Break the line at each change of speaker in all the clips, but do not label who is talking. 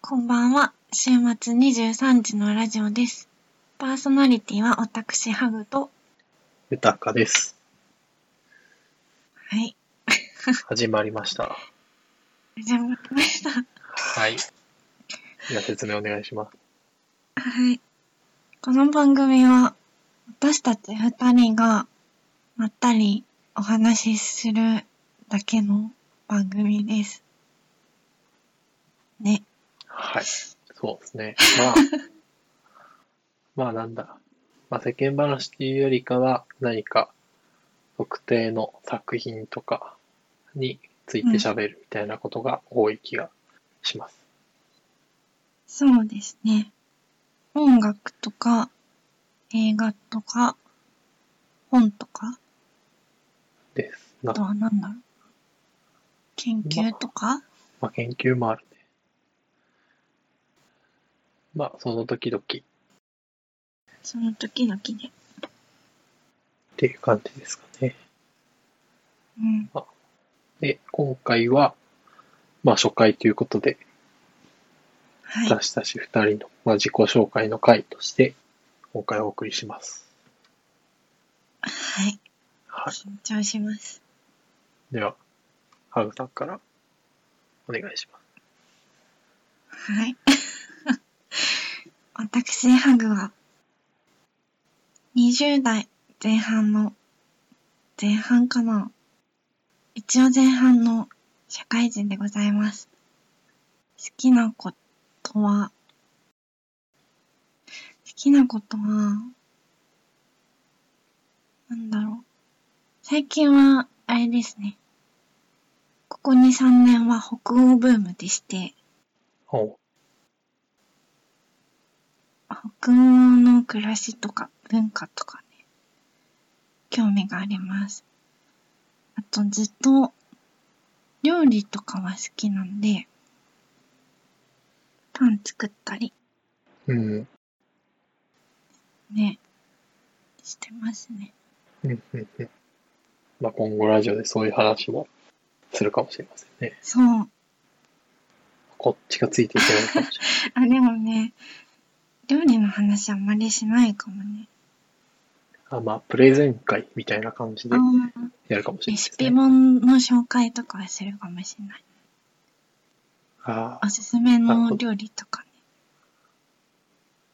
こんばんは。週末23時のラジオです。パーソナリティは私、ハグと、
豊かです。
はい、
始まりました。
始まりました。
はい。じゃあ説明お願いします。
はい。この番組は、私たち二人が、まったりお話しするだけの番組です。ね。
はい。そうですね。まあ、 まあなんだ。まあ世間話っていうよりかは、何か特定の作品とかについて喋るみたいなことが多い気がします。
そうですね。音楽とか、映画とか、本とか、
です。な
あとは何だろう。研究とか、
まあ研究もあるね。まあその時々っ
その時々で。
ていう感じですかね。
うん。
で、今回は、まあ初回ということで、
はい。
私たち二人の、まあ、自己紹介の回として、今回お送りします。
はい。
はい。
緊張します。
では、ハグさんからお願いします。
はい。 私、ハグは、20代前半の、前半かな。一応前半の社会人でございます。好きなことは、好きなことは、なんだろう。最近は、あれですね。ここ2、3年は北欧ブームでして、
おう
北欧の暮らしとか文化とかね、興味があります。あとずっと料理とかは好きなんで、パン作ったり
うん。
ね、してますね。
うん、うん、うん。まあ、今後ラジオでそういう話もするかもしれませんね。
そう。
こっちがついていけないかもしれない。
あ、でもね、料理の話あんまりしないかもね。
あまあ、プレゼン会みたいな感じで
あー
やるかもしれ
レ
ない
シ
です
ピ
ね。
本の紹介とかはするかもしれない。
ああ
おすすめの料理とかね。っ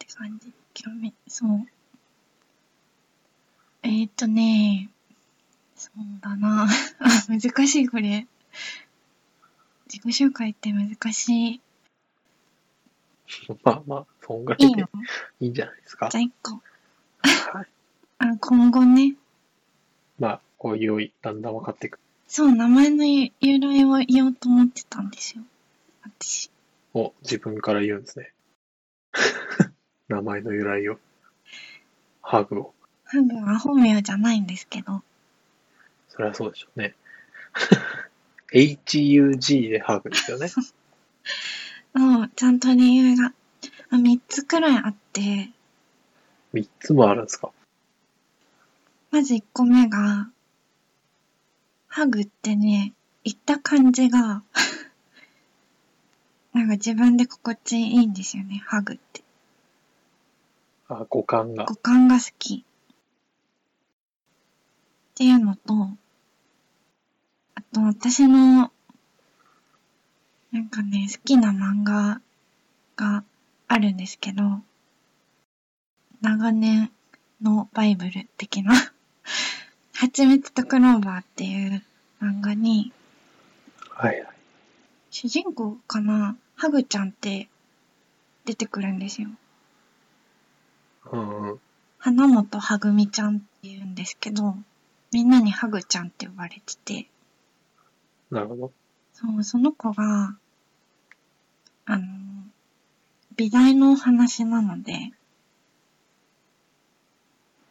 て感じ。興味、そう。えー、っとね、そうだな。 あ難しい、これ。自己紹介って難しい。
まあまあ、そんぐら
い
い
い
で
の
いいんじゃないですか
じ。ゃあ、一個。
はい。
あ、今後ね。
まあ、こういうよい、だんだん分かっていく。
そう、名前の由来を言おうと思ってたんですよ。私。
お、自分から言うんですね。 名前の由来を。ハグを。
ハグは本名じゃないんですけど。
そりゃそうでしょうね。HUG でハグですよね。
うん、ちゃんと理由が。あ、3つくらいあって。
3つもあるんですか。
まず1個目が、ハグってね、言った感じが、 なんか自分で心地いいんですよね、ハグって。
あ、五感が。
五感が好き。っていうのと、あと私の、なんかね、好きな漫画があるんですけど、長年のバイブル的な、 はちみつとクローバーっていう漫画に、
はいはい。
主人公かな、ハグちゃんって出てくるんですよ。
うんうん。
花本はぐみちゃんって言うんですけど、みんなにはぐちゃんって呼ばれてて、
なるほど。
そうその子が、あの、美大のお話なので、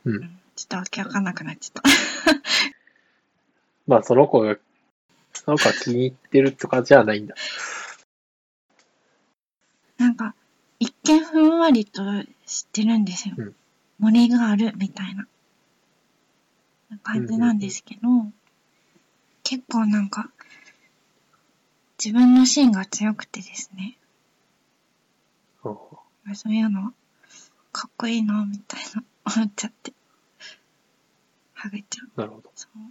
うん
ちょっとわけわかんなくなっちゃっ
まあ、その子が、その子が気に入ってるとかじゃないんだ。
た。なんか、一見ふんわりと知ってるんですよ。
うん
森があるみたいな感じなんですけど、結構なんか、自分の芯が強くてですね。
うん
そういうの、かっこいいな、みたいな、思っちゃって。ハゲちゃう。
なるほど。
そう。っ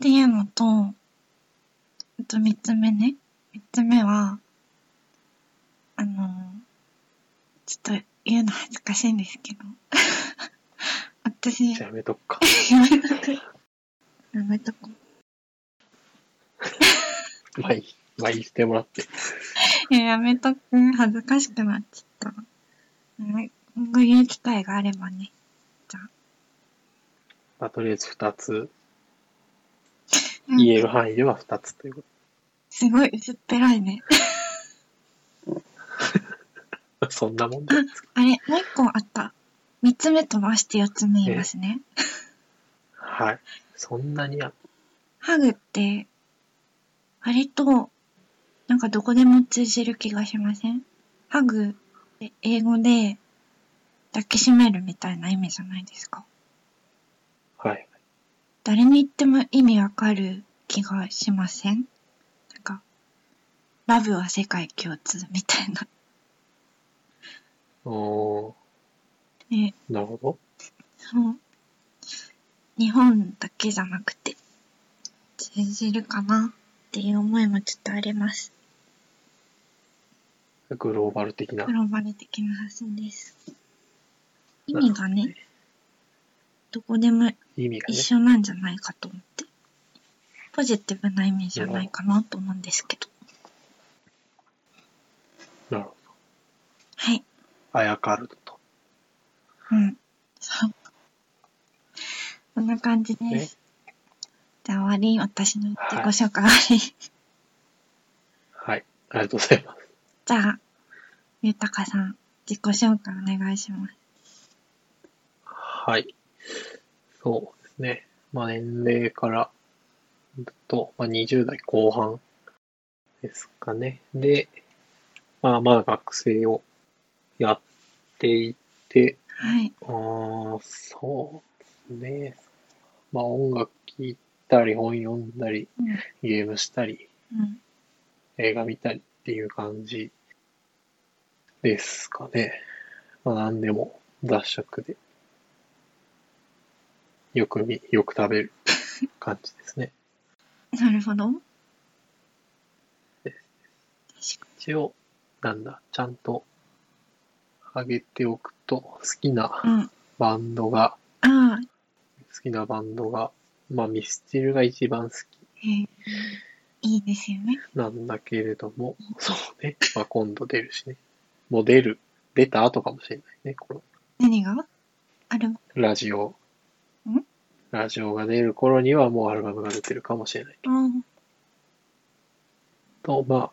ていうのと、あと三つ目ね。三つ目は、あのー、ちょっと言うの恥ずかしいんですけど。 私、
じゃあやめとくか。
やめとく。やめとこう。
まあいい。まあいいしてもらって。
いややめとく。恥ずかしくなっちゃった。うん今後言う機会があればね。
まあとりあえず2つ、言える範囲では2つというこ
すごい薄っぺらいね。
と。そんなもんで。
あれ、もう一個あった。三つ目飛ばして四つ目言いますね。
はい。そんなにや、
ハグって、割と、なんかどこでも通じる気がしませんハグって英語で抱きしめるみたいな意味じゃないですか。
はい。
誰に言っても意味わかる気がしませんなんか、ラブは世界共通みたいな。
おー
ね
なるほど。
そう。日本だけじゃなくて、通じるかなっていう思いもちょっとあります。
グローバル的な
グ。ローバル的な発信です。意味がね、どこでも
意味が
一緒
ね。
なんじゃないかと思って。ポジティブな意味じゃないかなと思うんですけど。
なるほ
はい。
ど。あやかると。
うん。そう。そんな感じです。じゃあ終わり、私の自己紹介終わり。
はい。ありがとうございます。
じゃあ、ゆたかさん、自己紹介お願いします。
はい。そうですね。まあ年齢から、ずっと、まあ20代後半ですかね。で、まあまあ学生をやっていて、
はい。
あーそうですね。まあ音楽聴いたり、本読んだり、
うん。
ゲームしたり、
うん。
映画見たりっていう感じですかね。まあ何でも雑食で、よく見、よく食べ る感じですね。
なるほど。確
で
か
一応、なんだ、ちゃんと上げておくと、好き
に。
な
うん。
バンドが、
ああ、
好きなバンドが、まあミスチルが一番好き
えー、いいですよね。
なんだけれども、そうね。まあ今度出るしね。もう出る、出た後かもしれないね、この
何がある
ラジオ
ん。
ラジオが出る頃にはもうアルバムが出てるかもしれない。
うん。
と、まあ、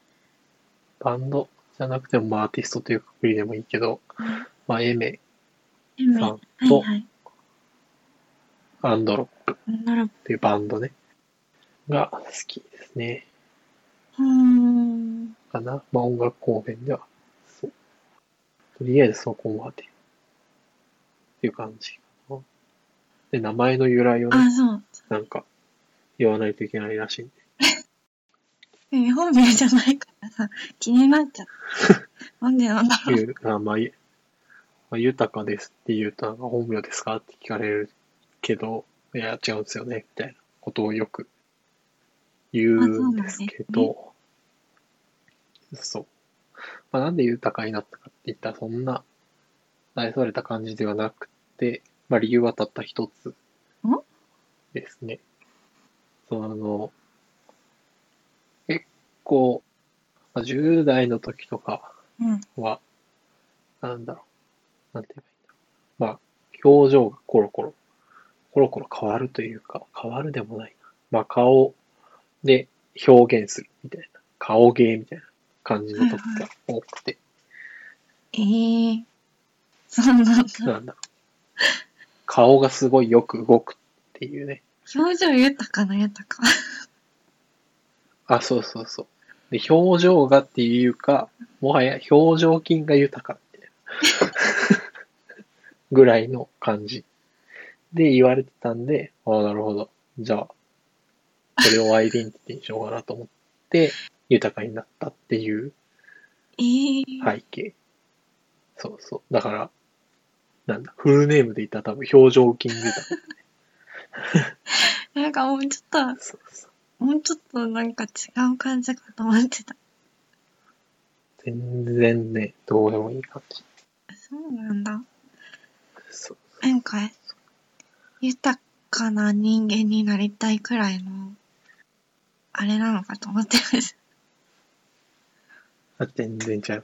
バンドじゃなくても、まあ、アーティストというくくりでもいいけど、まあ、エメ
夢。
さ
は
ん
い
と
はい。
アンドロップっ
なる
ていうバンドね、が好きですね。
ほど。うーん。
かな。まあ、音楽公演では。そう。とりあえずそこまで。っていう感じかな。で、名前の由来をね、
あ、そう。
なんか、言わないといけないらしいんで。
えー本名じゃないからさ、気になっちゃった。本名なんだろう。
ゆあまあ、ゆまあ、豊かですって言うと、なんか本名ですかって聞かれるけど、いや、違うんですよね、みたいなことをよく言うんですけ
あそう
ど、そう。まあ、なんで豊かになったかって言ったら、そんな愛された感じではなくて、まあ、理由はたった一つ
ん
ですね。その、結構、まあ10代の時とか、
うん。
は、なんだろう。なんて言えばいいんだろう。まあ、表情がコロコロ、コロコロ変わるというか、変わるでもないな。まあ、顔で表現するみたいな。顔芸みたいな感じの時が多くて、
えー、そうなんだ。
なんだろう。顔がすごいよく動くっていうね。
表情豊かな豊か。
あ、そうそうそう。で、表情がっていうか、もはや表情筋が豊かっていう ぐらいの感じで言われてたんで、ああ、なるほど。じゃあ、これをアイデンティティにしようかなと思って、豊かになったっていう
えー、
背景そうそう。だから、なんだ、フルネームで言ったら多分表情筋出た。
なんかもうちょっ
そうそう
と、もうちょっとなんか違う感じかと思ってた。
全然ね、どうでもいい感じ。
そうなんだ。
そう
なんか、豊かな人間になりたいくらいの、あれなのかと思ってました。
あ全然違いますね。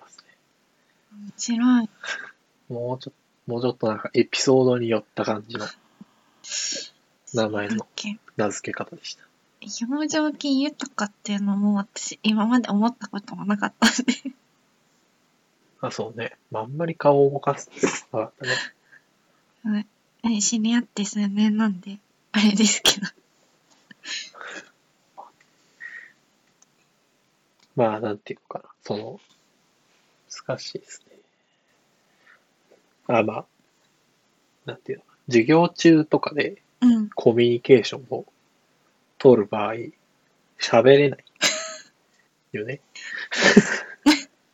面白い。
もうちょっと、もうちょっとなんかエピソードによった感 じの名前
だっ
の
け
名付け方でした。
表情筋豊かっていうのも私今まで思ったこともなかったんで。
あ、そうね。まあ、あんまり顔を動かすってことなかったね。
え知り合って数年なんで、あれですけど。
まあ、なんていうのかな。その、難しいですね。あ、まあ、なんていうの。授業中とかで
うん。
コミュニケーションを取る場合、喋れない。よ ね。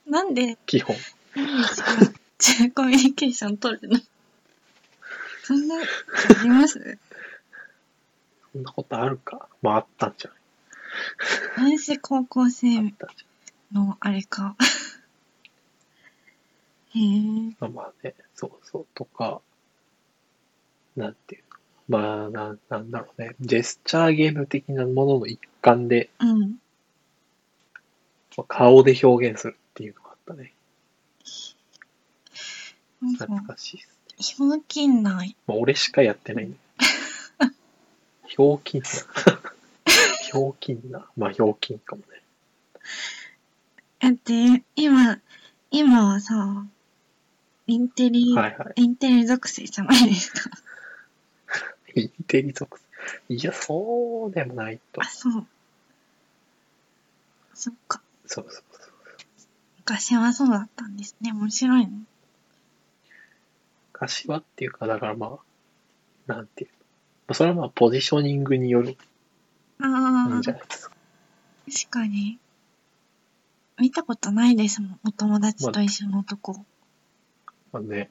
なんで、
基本。
何しろ、中コミュニケーション取るのそんな、あります
そんなことあるか。まあ、あったんじゃない
私高校
あ
生
ったんじ
のあれか。へえ。
ゃないまあね、そうそう。とか、なんていうの。まあ、なんなんだろうね。ジェスチャーゲーム的なものの一環で、
うん。
まあ顔で表現するっていうのがあったね。
なんか、
懐かしいですね。
ひょうきんな
まあ、俺しかやってないんだ けど。ひょうきんな。 ひょうきんな。まあ、ひょうきんかもね。
だって、今、今はさ、インテリ、
はいは
インテリ属性じゃないですか。
い。インテリ属性。いや、そうでもないと
あ、。そう。そっか。
そうそうそう。
昔はそうだったんですね。面白いね。
昔はっていうか、だからまあ、なんていうの。まあそれはまあ、ポジショニングによる
あ
んじ
あ、
ゃないですか。
確かに。見たことないですもん。お友達と一緒のとこ。
まあね、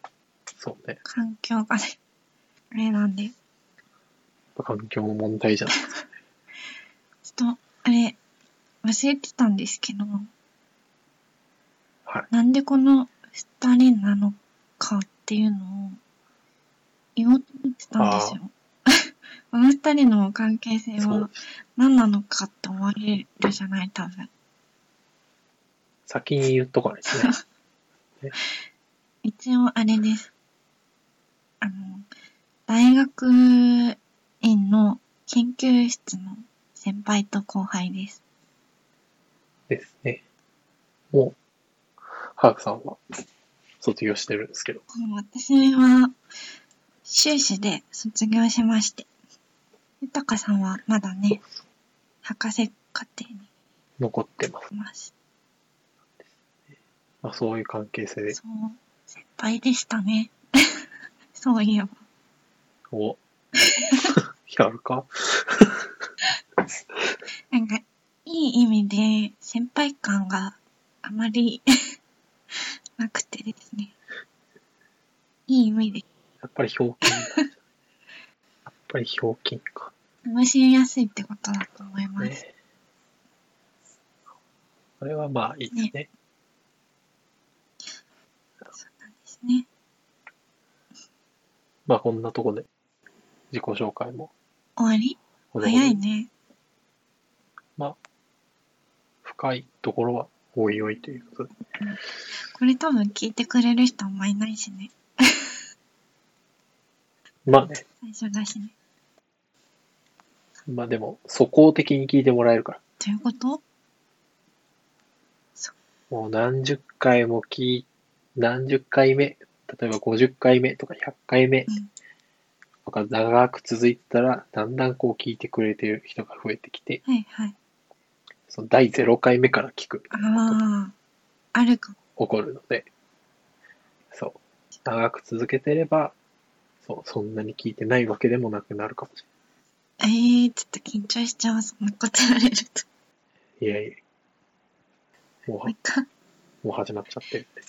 そうね。
環境がね、あれなんで。
環境の問題じゃないですか。
ちょっと、あれ、忘れてたんですけど、
はい
なんでこの二人なのかっていうのを言おうとしたんですよ。この二人の関係性
そ
は
う。
何なのかって思われるじゃない、多分。
先に言っとかな いとね。
一応あれです。あの、大学院の研究室の先輩と後輩です。
ですね。もう、ハークさんは卒業してるんですけど。
うん私は修士で卒業しまして豊かさんはまだね博士課程に
残ってます。
います
まあ、そういう関係性で、
そう先輩でしたね そういえば
お やるか
なんかいい意味で先輩感があまり なくてですねいい意味で
やっぱりひょうきんなんじゃないやっぱりひょうきんか。
楽しみやすいってことだと思います、
ね。それはまあいいですね。
そうなんですね
まあこんなとこで自己紹介も。
終わり
ほどほど
早いね
深いところはおいおいということで。
これ多分聞いてくれる人あんまいないしね
まあね、
最初だしね。
まあでも、素行的に聞いてもらえるから。
ということ
もう何十回も聞い、何十回目、例えば50回目とか100回目
うん
とか長く続いてたら、だんだんこう聞いてくれてる人が増えてきて、
はいはい。
その第0回目から聞く、
ああ、あるかも。
起こるので、そう。長く続けてれば、そう、そんなに聞いてないわけでもなくなるかもし
えー、ちょっと緊張しちゃう。そんなこと言われると。
れない。いやいや。もう
もう一回。
は、もう始まっちゃってるんで。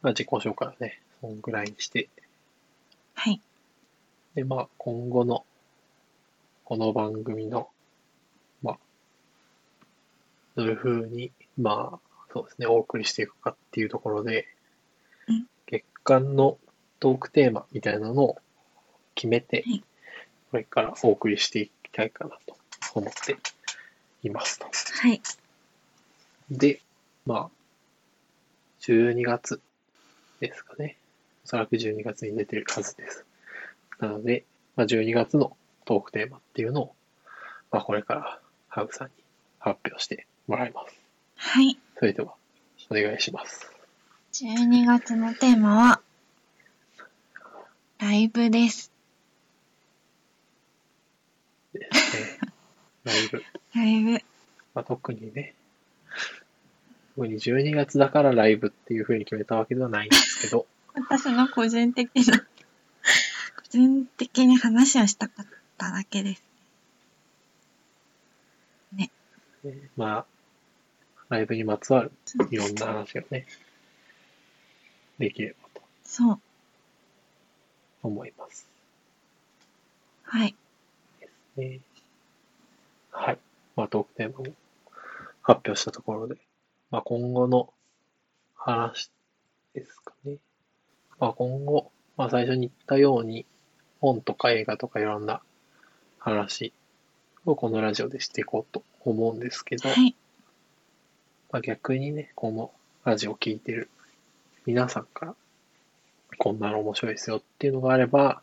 まあ、自己紹介をね、そんぐらいにして、
はい。
で、まあ、今後の、この番組の、まあ、どういうふうに、まあ、そうですね、お送りしていくかっていうところで
うん、
月間のトークテーマみたいなのを決めて
はい、
これからお送りしていきたいかなと思っていますと。
はい。
で、まあ、12月ですかね。おそらく12月に出てるはずです。なので、まあ、12月のトークテーマっていうのを、まあ、これからハウさんに発表してもらいます。
はい。
それでは、お願いします。
12月のテーマは、ライブです。
えーライブ。
ライブ。
まあ、特にね、特に12月だからライブっていう風に決めたわけではないんですけど、
私の個人的な、個人的に話をしたかっただけです。
ねまあ、ライブにまつわるいろんな話をね、できればと
そう。
思います。
はい。
ねはい。まあ、トークテーマも発表したところで、まあ、今後の話ですかね。まあ、今後、まあ、最初に言ったように、本とか映画とかいろんな話をこのラジオでしていこうと思うんですけど、
はい。
まあ、逆にね、このラジオを聞いてる皆さんから、こんなの面白いですよっていうのがあれば、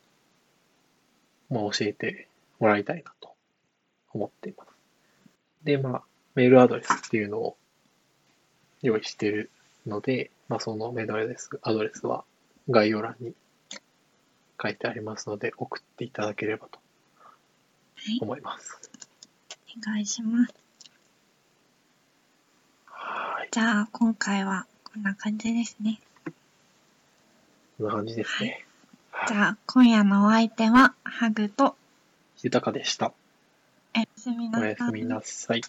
まあ、教えてもらいたいなと思っています。で、まあ、メールアドレスっていうのを用意してるので、まあ、そのメールアドレスアドレスは概要欄に書いてありますので、送っていただければと
はい。
思います。
お願いします。
はい。
じゃあ、今回はこんな感じですね。
こんな感じですね。
じゃあ、今夜のお相手は、ハグと、
豊かでした。
おやすみな
お
さい。
やすみなさい。